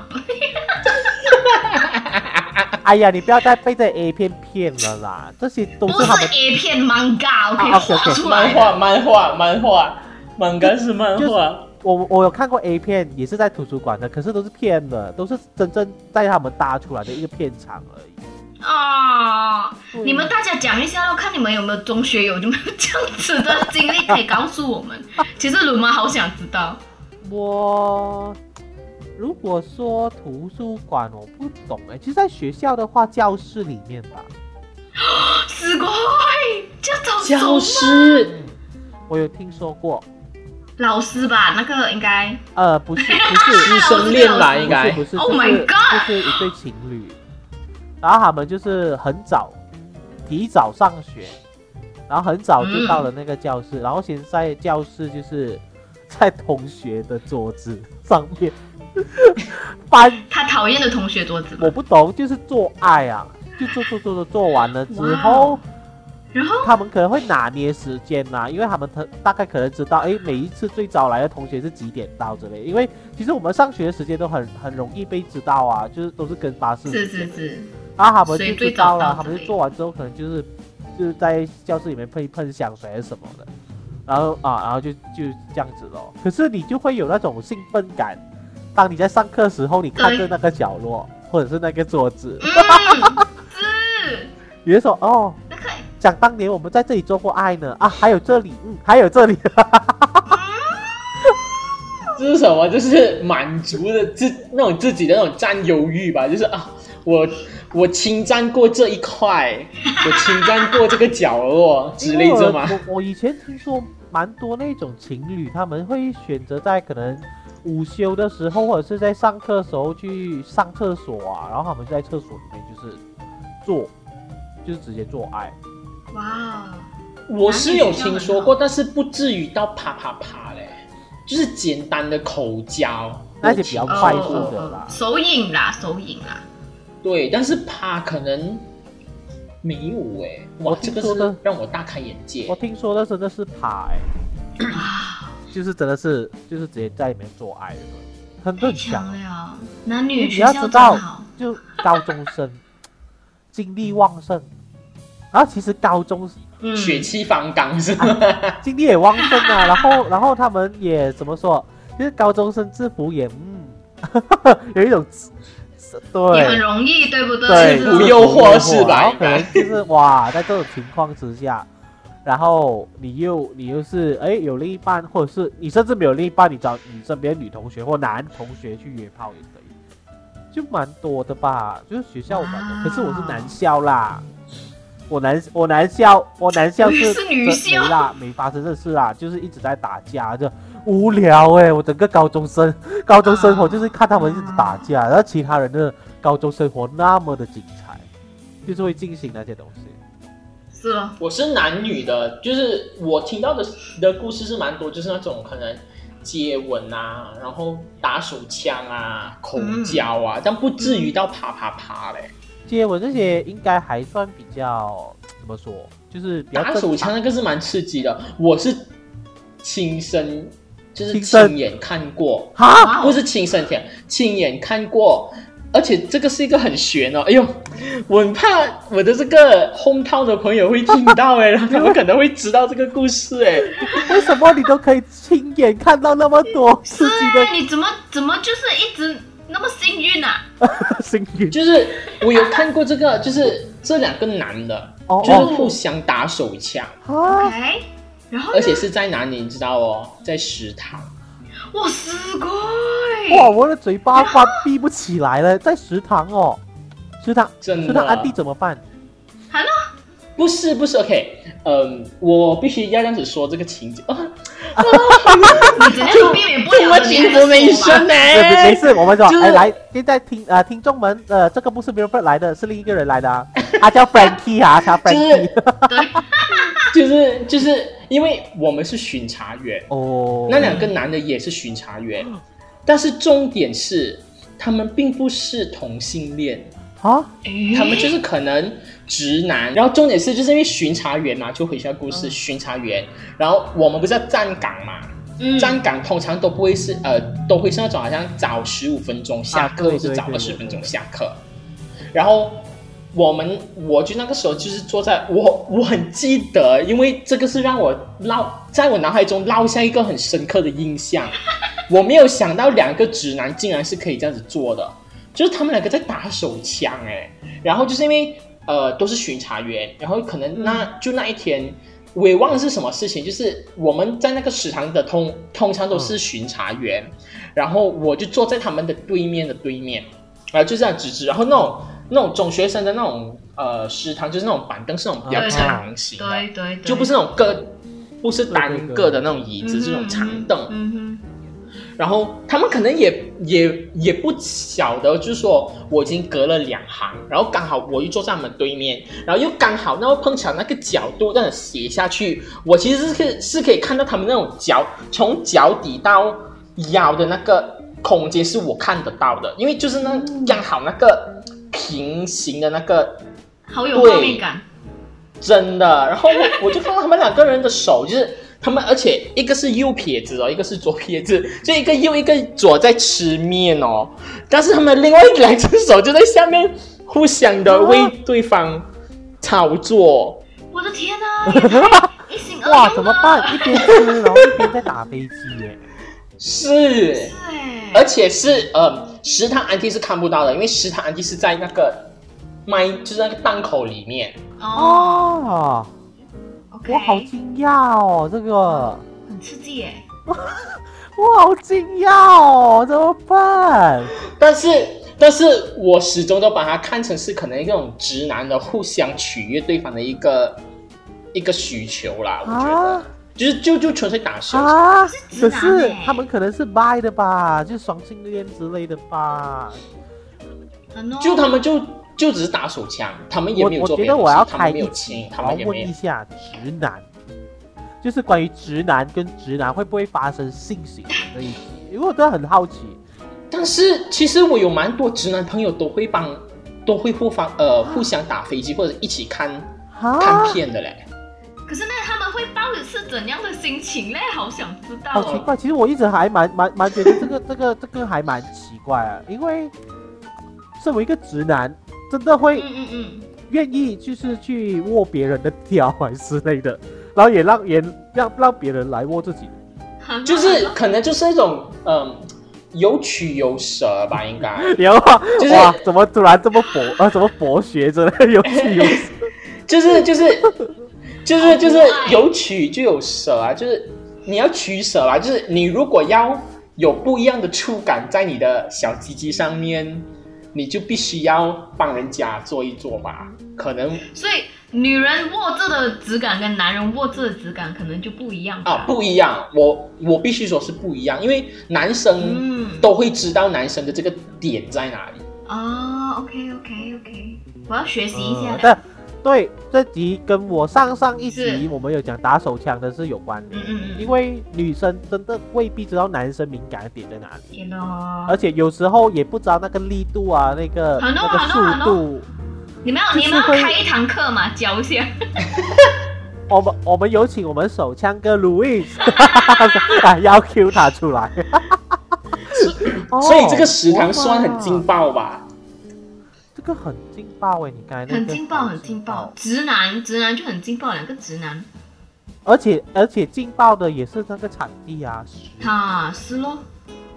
S2: 哎呀，你不要再被这 A 片骗了啦，这些都
S6: 不
S2: 是他们
S6: 是 A 片芒嘎，我可以
S2: 啊，OK，OK，
S6: 画出来
S5: 漫
S6: 的。
S5: 画、漫画、漫画，漫画是漫
S2: 就
S5: 画，
S2: 我我有看过 A 片，也是在图书馆的，可是都是骗的，都是真正带他们搭出来的一个片场而已。
S6: 哦，你们大家讲一下咯，看你们有没有中学有有没有这样子的经历可以告诉我们。其实鲁妈好想知道，
S2: 我如果说图书馆，我不懂哎、其实在学校的话，教室里面吧，
S6: 死鬼，这种什
S5: 教
S6: 么
S5: 师
S2: 我有听说过，
S6: 老师吧，那个应该
S2: 呃，不是不是
S5: 师生恋吧，应
S2: 不是
S5: 该
S2: 不是
S6: Oh
S2: 就是
S6: my god！
S2: 就是一对情侣，然后他们就是很早，提早上学，然后很早就到了那个教室，然后先在教室就是在同学的桌子上面 翻，
S6: 他讨厌的同学桌子嘛
S2: 我。不懂，就是做爱啊，就做做做做做完了之
S6: 哇。
S2: 后
S6: 哦然后
S2: 他们可能会拿捏时间呐、因为他们特大概可能知道，哎，每一次最早来的同学是几点到之类。因为其实我们上学的时间都很很容易被知道啊，就是都是跟巴士。
S6: 是是是，
S2: 然后他们
S6: 所
S2: 就
S6: 以
S2: 知
S6: 最早到
S2: 道了，
S6: 之类
S2: 他们就做完之后可能就是就是在教室里面喷一喷香水还是什么的，然后啊，然后就就这样子咯。可是你就会有那种兴奋感，当你在上课时候，你看着
S6: 对
S2: 那个角落或者是那个桌子，
S6: 嗯，是
S2: 比如说哦，
S6: 那个
S2: 想当年我们在这里做过爱呢啊，还有这里，嗯，还有这里，
S5: 这是什么？就是满足的自那种自己的那种占有欲吧，就是啊，我我侵占过这一 块，我侵占过这个角落之类的嘛
S2: 因。为 我我我以前听说蛮多那种情侣，他们会选择在可能午休的时候，或者是在上课的时候去上厕所啊，然后他们就在厕所里面就是做，就是直接做爱。
S6: 哇哦，
S5: 我是有听说过，但是不至于到啪啪啪嘞，就是简单的口交，
S2: 那就比较
S5: 我听
S2: 快
S5: 说
S2: 速
S5: 过
S2: 的啦
S6: 哦哦哦手影啦，手影啦，
S5: 对，但是啪可能没有哎，
S2: 我
S5: 哇，这
S2: 听
S5: 个
S2: 说的
S5: 是让我大开眼界
S2: 我。听说的真的是爬、欸，
S6: 哇，
S2: 就是真的是就是直接在里面做爱的，很
S6: 太
S2: 多很强
S6: 强了哦，男
S2: 你
S6: 女
S2: 你
S6: 学
S2: 要
S6: 校
S2: 知
S6: 真
S2: 道
S6: 好，，
S2: 就高中生精力旺盛，然后其实高中
S6: 嗯，
S5: 血气方刚是吗？
S2: 精力也旺盛啊，然后然后他们也怎么说，就是高中生制服也嗯， 有一种
S6: 也很
S2: 对
S6: 容易，对不
S2: 对
S5: 不
S6: 是
S5: 用诱惑是吧
S2: 然后可能就是哇，在这种情况之下。然后你又你又是哎有另一半，或者是你甚至没有另一半，你找你身边女同学或男同学去约炮也可以，就蛮多的吧，就是学校蛮多，
S6: 哇
S2: 可是我是男校啦，我男我男校我男校
S6: 你
S2: 是
S6: 是女校
S2: 没啦，没发生这事啦，就是一直在打架，就无聊哎、我整个高中生高中生活
S6: 啊
S2: 就是看他们一直打架，然后其他人的高中生活那么的精彩，就是会进行那些东西。
S6: 是哦，
S5: 我是男女的，就是我听到的的故事是蛮多，就是那种可能接吻啊，然后打手枪啊、口交
S2: 嗯
S5: 啊，但不至于到啪啪啪嘞。
S2: 接吻这些
S5: 嗯
S2: 应该还算比较怎么说，就是比较
S5: 打手
S2: 正常
S5: 枪那个是蛮刺激的，我是亲身就是
S2: 亲身
S5: 亲眼看过，
S2: 哈，
S6: 哇
S5: 不
S6: 哦，
S5: 是亲身听，亲眼看过，而且这个是一个很悬哦。哎呦，我很怕我的这个 hometown 的朋友会听到 哎，然后他们可能会知道这个故事哎。
S2: 为什么你都可以亲眼看到那么多刺激
S6: 对，
S2: 的
S6: 哎你怎么怎么就是一直那么幸运啊？
S2: 幸运？
S5: 就是我有看过这个，就是这两个男的，
S2: 哦
S5: 就是
S2: 哦
S5: 互相打手枪，
S2: 啊，
S6: OK，然后
S5: 而且是在哪里你知道哦，在食堂。
S6: 我死鬼，
S2: 哎哇，我的嘴巴关闭不起来了，在食堂哦，食堂，
S5: 真的啊
S2: 食堂安迪怎么办？
S5: 不是不是，OK，嗯，我必须要这样子说这个情节，啊，啊
S6: 你真的是避免不
S5: 这
S6: 了
S5: 么
S6: 的，
S5: 情不
S6: 你还
S5: 美
S6: 说嘛
S5: 声呢？
S2: 没没事，我们说，
S5: 哎就是
S2: 哎，来，现在听呃听众们，呃，这个不是 b i l b o r d 来的，是另一个人来的啊，他叫 Frankie 啊，他 Frankie
S6: 对，
S5: 就是就是因为我们是巡查员，
S2: 哦，
S5: 那两个男的也是巡查员，但是重点是他们并不是同性恋。
S2: 啊，
S6: 哎
S5: 他们就是可能直男，然后重点是就是因为巡查员嘛，就回到故事，巡查员，然后我们不是要站岗嘛，
S6: 嗯
S5: 站岗通常都不会是呃，都会是那种好像早十五分钟下
S2: 啊
S5: 课，
S2: 对
S5: 或是早
S2: 对
S5: 二
S2: 对
S5: 十分钟下课，然后。我们，我就那个时候就是坐在我，我很记得，因为这个是让我烙在我脑海中烙下一个很深刻的 印象。我没有想到两个直男竟然是可以这样子做的，就是他们两个在打手枪哎、然后就是因为呃都是巡查员，然后可能那、
S2: 嗯
S5: 就那一天，我也忘了是什么事情，就是我们在那个食堂的通通常都是巡查员，
S2: 嗯
S5: 然后我就坐在他们的对面的对面，然后就这样直直，然后那种那种中学生的那种呃食堂就是那种板凳是那种比较
S6: 对
S5: 长型的，
S6: 对对对，
S5: 就不是那种个不是单
S2: 对对
S5: 个的那种椅
S6: 嗯
S5: 子，
S6: 哼
S5: 是那种长凳，
S6: 嗯哼，
S5: 然后他们可能也也也不晓得，就是说我已经隔了两行，然后刚好我又坐在他们对面，然后又刚好那么碰巧那个角度这样斜下去，我其实是可以是可以看到他们那种脚从脚底到腰的那个空间是我看得到的，因为就是那刚好那个平行的那个
S6: 好有画面感，
S5: 真的。然后我我就看到他们两个人的手，就是他们，而且一个是右撇子哦，一个是左撇子，就一个右一个左在吃面哦。但是他们另外两只手就在下面互相的为对方操作。
S6: 我的天 哪，也太一心二用
S2: 哇，
S6: 了
S2: 怎么办？一边吃，然后一边在打飞机耶，
S5: 是，
S6: 对，
S2: 哎
S5: 而且是呃，食堂安迪是看不到的，因为食堂安迪是在那个麦，就是那个档口里面。
S6: 哦
S2: 哦，
S6: ，OK，
S2: 我好惊讶哦，这个。
S6: 很刺激耶，
S2: 我好惊讶哦，怎么办？
S5: 但是，但是我始终都把它看成是可能一种直男的互相取悦对方的一个一个需求啦。我觉得，
S2: 啊
S5: 就是就就纯粹打手枪。
S2: 啊！
S6: 直
S2: 可
S6: 男
S2: 是
S6: 欸
S2: 他们可能是 bi 的吧，就是双性恋之类的吧。
S6: 很哦，
S5: 就他们就就只是打手枪，他们也
S2: 我
S5: 没有
S2: 我
S5: 做
S2: 觉
S5: 别
S2: 得
S5: 的东
S2: 我
S5: 西
S2: 要
S5: 他
S2: 开
S5: 们没
S2: 一
S5: 有亲
S2: 期，，
S5: 他
S2: 我要
S5: 们也
S2: 问
S5: 没有
S2: 一。下直男，就是关于直男跟直男会不会发生性行为这一集，因为我真的很好奇。
S5: 但是其实我有蛮多直男朋友都会帮，都会互方呃互相打飞机或者一起看
S2: 啊
S5: 看，片的嘞。
S6: 可是那他们会抱着是怎样的心情嘞？好想知道
S2: 好奇
S6: 哦。
S2: 怪，其实我一直还蛮蛮蛮觉得这个这个这个还蛮奇怪啊，因为身为一个直男，真的会
S6: 嗯嗯嗯，
S2: 愿意就是去握别人的屌还是之类的，然后也让也让让别人来握自己。
S6: 很哦
S5: 就是可能就是一种嗯、有取有舍吧，应该。
S2: 然后、
S5: 就是
S2: 啊哇，怎么突然这么博啊？怎么博学之类的有 趣有趣
S5: 就是就是就
S6: 好
S5: 是
S6: 可
S5: 就是
S6: 爱
S5: 有取就有舍啊，就是你要取舍啊，就是你如果要有不一样的触感在你的小鸡鸡上面，你就必须要帮人家做一做吧。可能
S6: 所以女人握着的质感跟男人握着的质感可能就不一样吧
S5: 啊，不一样，我我必须说是不一样，因为男生
S6: 嗯
S5: 都会知道男生的这个点在哪里。
S6: 啊，OK OK OK，我要学习一下
S2: 呃
S6: 了。
S2: 但对这集跟我上上一集
S6: 是
S2: 我们有讲打手枪的是有关的
S6: 嗯，嗯
S2: 因
S6: 嗯，
S2: 为女生真的未必知道男生敏感的点在哪里，
S6: 天哪
S2: 而且有时候也不知道那个力度啊，那个
S6: 很多
S2: 那个
S6: 很多很
S2: 速
S6: 多
S2: 度。
S6: 你们要
S2: 就是
S6: 你们要
S2: 会
S6: 开一堂课嘛，教一下。
S2: 我们我们有请我们手枪哥 Louis 啊，要 Q 他 出来。
S5: 所以这个食堂
S2: 哦
S5: 算很劲，
S2: 哇
S5: 爆吧？
S2: 这个很劲爆哎！你刚才那个
S6: 很劲爆，很劲爆，，直男直男就很劲爆，两个直男，
S2: 嗯而且而且劲爆的也是那个场地啊，食
S6: 哈、是咯，哦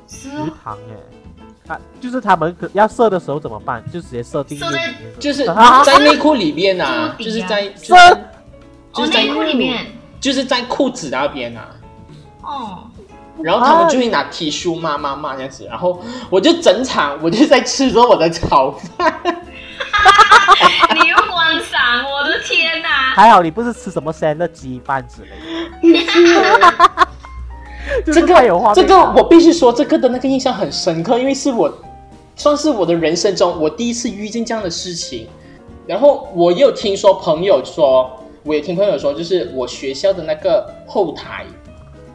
S6: 是
S2: 食
S6: 咯，
S2: 堂哎，啊，就是他们可要射的时候怎么办？就直接射进去
S6: 射在，
S5: 就是
S2: 啊
S5: 在内裤里边啊，
S6: 桌底啊
S5: 就是在
S2: 这
S5: 就
S6: 哦
S5: 是在
S6: 内裤里面，
S5: 就是在裤子那边啊。
S6: 哦，
S5: 然后他们就会拿
S2: 哦
S5: T 恤骂骂骂这样子，然后我就整场我就在吃着我 的炒饭，
S6: 你又观赏，我的天哪、
S2: 还好你不是吃什么三的鸡饭之类的， 就是
S5: 这个
S2: 太有画面
S5: 这个
S2: 感了
S5: 我必须说这个的那个印象很深刻，因为是我算是我的人生中我第一次遇见这样的事情。然后我也有听说朋友说，我也听朋友说，就是我学校的那个后台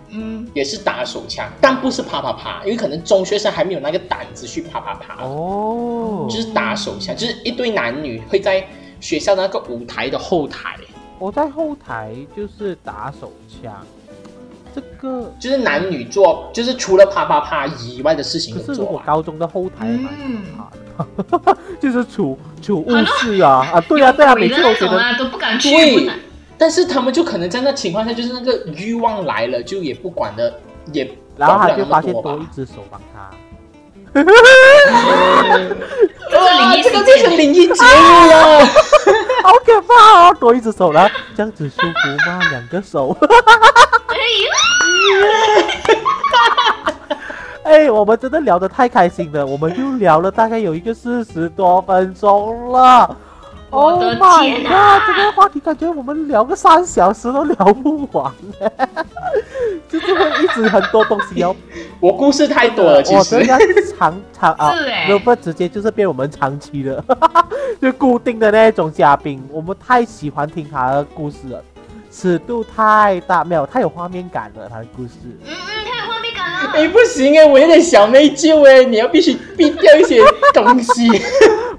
S6: 嗯，
S5: 也是打手枪，但不是啪啪啪，因为可能中学生还没有那个胆子去啪啪啪。
S2: 哦，
S5: 就是打手枪，就是一对男女会在学校的那个舞台的后台，
S2: 我在后台就是打手枪，这个
S5: 就是男女做，就是除了啪啪啪以外的事情
S2: 可
S5: 有
S2: 是
S5: 做
S2: 如果
S5: 啊、
S2: 高中的后台也蛮
S6: 嗯
S2: 可怕的， 就是处处物事 啊啊，对啊对啊，每
S6: 鬼的
S2: 次我
S6: 那种
S2: 觉得
S6: 啊都不敢去，不
S5: 对
S6: 敢，
S5: 但是他们就可能在那情况下，就是那个欲望来了，就也不管的，也
S2: 然后他
S5: 管不了
S2: 就
S5: 那
S2: 发
S5: 么
S2: 现
S5: 多
S2: 多一
S5: 吧。
S2: 只手帮他，
S6: 这是灵异
S5: 啊这
S6: 事
S5: 个就是
S6: 件，
S5: 灵异节目了。
S2: 啊 好可怕哦，多一只手了，这样子舒服吗？两个手，
S6: 哎呦，
S2: 哎，我们真的聊得太开心了，我们又聊了大概有一个四十多分钟了。
S6: 我
S2: Oh
S6: 的
S2: my
S6: 天啊
S2: god！这个话题感觉我们聊个三小时都聊不完， 就是会一直很多东西要
S5: 我故事太多了，其
S2: 我
S5: 实
S2: 哦 真的长长 啊
S6: 是欸
S2: ，Robert 直接就是变我们长期的， 就固定的那一种嘉宾，我们太喜欢听他的故事了，尺度太大，没有太有画面感了，他的故事。
S6: 嗯嗯，太有画面感 了，
S5: 哎、不行哎、我有点小内疚哎、你要必须避掉一些东西。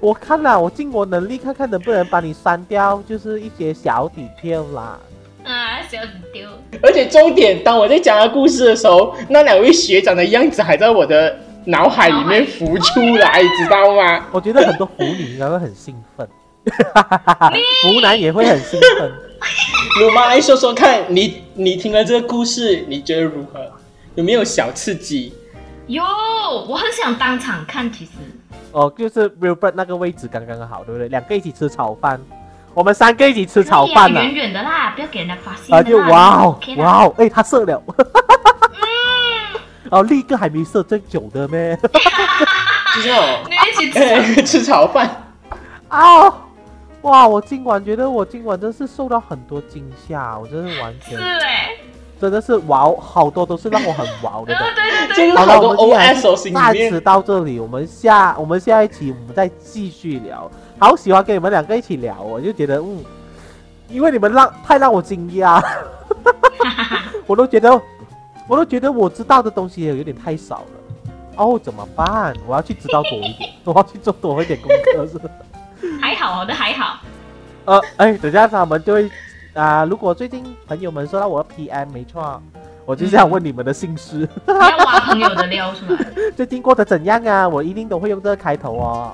S2: 我看了，我尽我能力看看能不能把你删掉，就是一些小底片啦。
S6: 啊，小子丢，
S5: 而且重点，当我在讲他故事的时候，那两位学长的样子还在我的脑海里面浮出 来，知道吗？
S2: 我觉得很多腐女应该会很兴奋，腐男也会很兴奋。
S5: 鲁妈来说说看，你你听了这个故事，你觉得如何？有没有小刺激？
S6: 哟，我很想当场看，其实，
S2: 哦，就是 Robert 那个位置刚刚好，对不对？两个一起吃炒饭，我们三个一起吃炒饭
S6: 可以
S2: 了
S6: 啊。远远的啦，不要给人家发现的啦
S2: 啊，就哇哦
S6: OK 啦
S2: 哇哦，哎、他射了， 哦，另一个还没射正久的咩？
S5: 就是那种
S6: 你一起吃，
S5: 哎吃炒饭，
S2: 啊、哇！我今晚觉得我今晚真是受到很多惊吓，我真是完全
S6: 是哎，
S2: 真的是哇哦，好多都是让我很哇哦
S6: 对
S2: 的东西。
S6: 对对
S5: 就
S6: 对，
S5: 是
S2: 好了，
S5: 好
S2: 我
S5: 多
S2: 们今
S5: OS
S2: 天
S5: 心
S2: 大
S5: 里面
S2: 致。到这里，我们下我们下一期我们再继续聊。好喜欢跟你们两个一起聊哦，我就觉得嗯，因为你们让太让我惊讶， 我都觉得我都觉得我知道的东西也有点太少了。哦，怎么办？我要去知道多一点， 我要去做多一点功课是不是。
S6: 还好我的还好，
S2: 呃，哎，等一下他们就会啊、如果最近朋友们收到我的 PM，没错，啊我就是
S5: 嗯
S2: 想问你们的姓氏。
S6: 不要挖朋友的料 出来，
S2: 最近过得怎样啊？我一定都会用这个开头哦。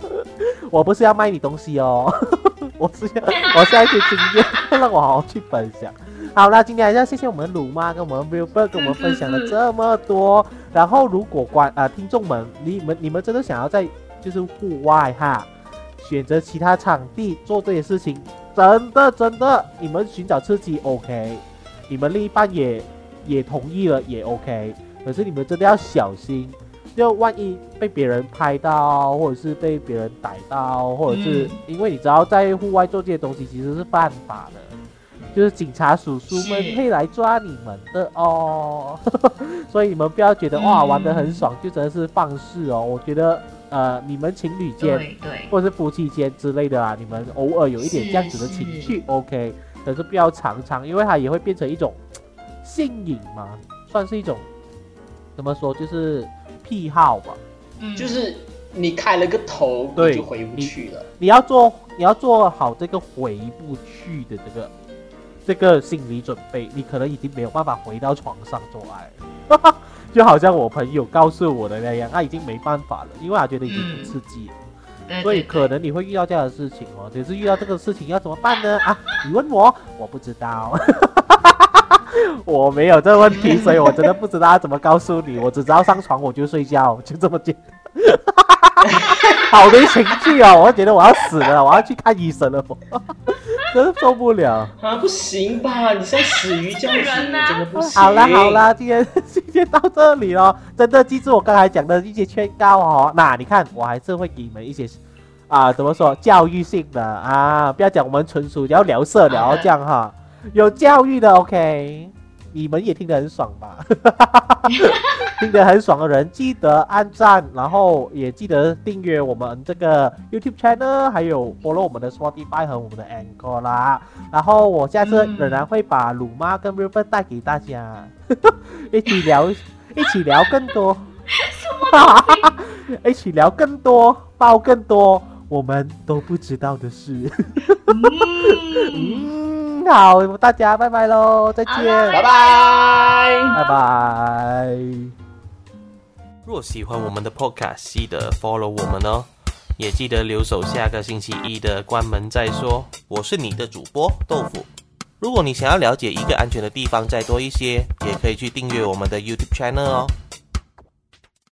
S2: 我不是要卖你东西哦， 我是要 我是要一些经验，让我好好去分享。好啦，今天还是要谢谢我们鲁妈跟我们 Wilbur 跟我们分享了这么多。然后，如果观啊、听众们，你们你们真的想要在就是户外哈，选择其他场地做这些事情，真的真的，你们寻找刺激 OK，你们另一半也也同意了也 OK，可是你们真的要小心，就万一被别人拍到，或者是被别人逮到，或者是、
S5: 嗯
S2: 因为你知道在户外做这些东西其实是犯法的，就是警察叔叔们
S5: 是
S2: 会来抓你们的哦。 所以你们不要觉得哇
S5: 嗯
S2: 玩得很爽，就真的是放肆哦。我觉得呃，你们情侣间
S6: 对对，
S2: 或者是夫妻间之类的啊，你们偶尔有一点
S6: 是
S2: 这样子的情绪，OK，可是不要常常，因为它也会变成一种嘖性瘾嘛，算是一种怎么说，就是癖好吧。
S6: 嗯，
S5: 就是你开了个头，
S2: 对
S5: 你就回不去了。
S2: 你要做，你要做好这个回不去的这个这个心理准备，你可能已经没有办法回到床上做爱了， 就好像我朋友告诉我的那样，他已经没办法了，因为他觉得已经很
S6: 嗯
S2: 刺激了。
S6: 对
S2: 所以
S6: 对
S2: 可
S6: 对，
S2: 能你会遇到这样的事情哦。只是遇到这个事情要怎么办呢？啊，你问我，我不知道， 我没有这问 题，所以我真的不知道要怎么告诉你。我只知道上床我就睡觉，就这么简单。 好没情趣啊！我觉得我要死了，我要去看医生了，我 真是受不了。
S5: 啊，不行吧？你像死鱼 这样
S6: 人
S5: 子，
S6: 啊
S5: 怎么不行？
S2: 好啦好，啦，今天今天到这里咯。真的记住我刚才讲的一些劝告哦。那你看，我还是会给你们一些啊、怎么说教育性的啊，不要讲我们纯属要聊色聊
S6: 好的
S2: 这样哈，有教育的 OK。你们也听得很爽吧？听得很爽的人，记得按赞，然后也记得订阅我们这个 YouTube channel，还有 follow 我们的 Spotify 和我们的 Anchor 啦。然后我下次
S6: 嗯
S2: 仍然会把鲁妈跟 River 带给大家， 一起聊，一起聊更多， 一起聊更多，爆更多我们都不知道的事。
S6: 嗯，
S2: 嗯， 好，大家拜拜喽，再
S6: 好
S2: 见，
S6: 啦
S5: 拜拜。
S2: 拜拜。
S4: 若喜欢我们的 Podcast，记得 follow 我们哦，也记得留守下个星期一的关门再说。我是你的主播豆腐。如果你想要了解一个安全的地方再多一些，也可以去订阅我们的 YouTube channel 哦。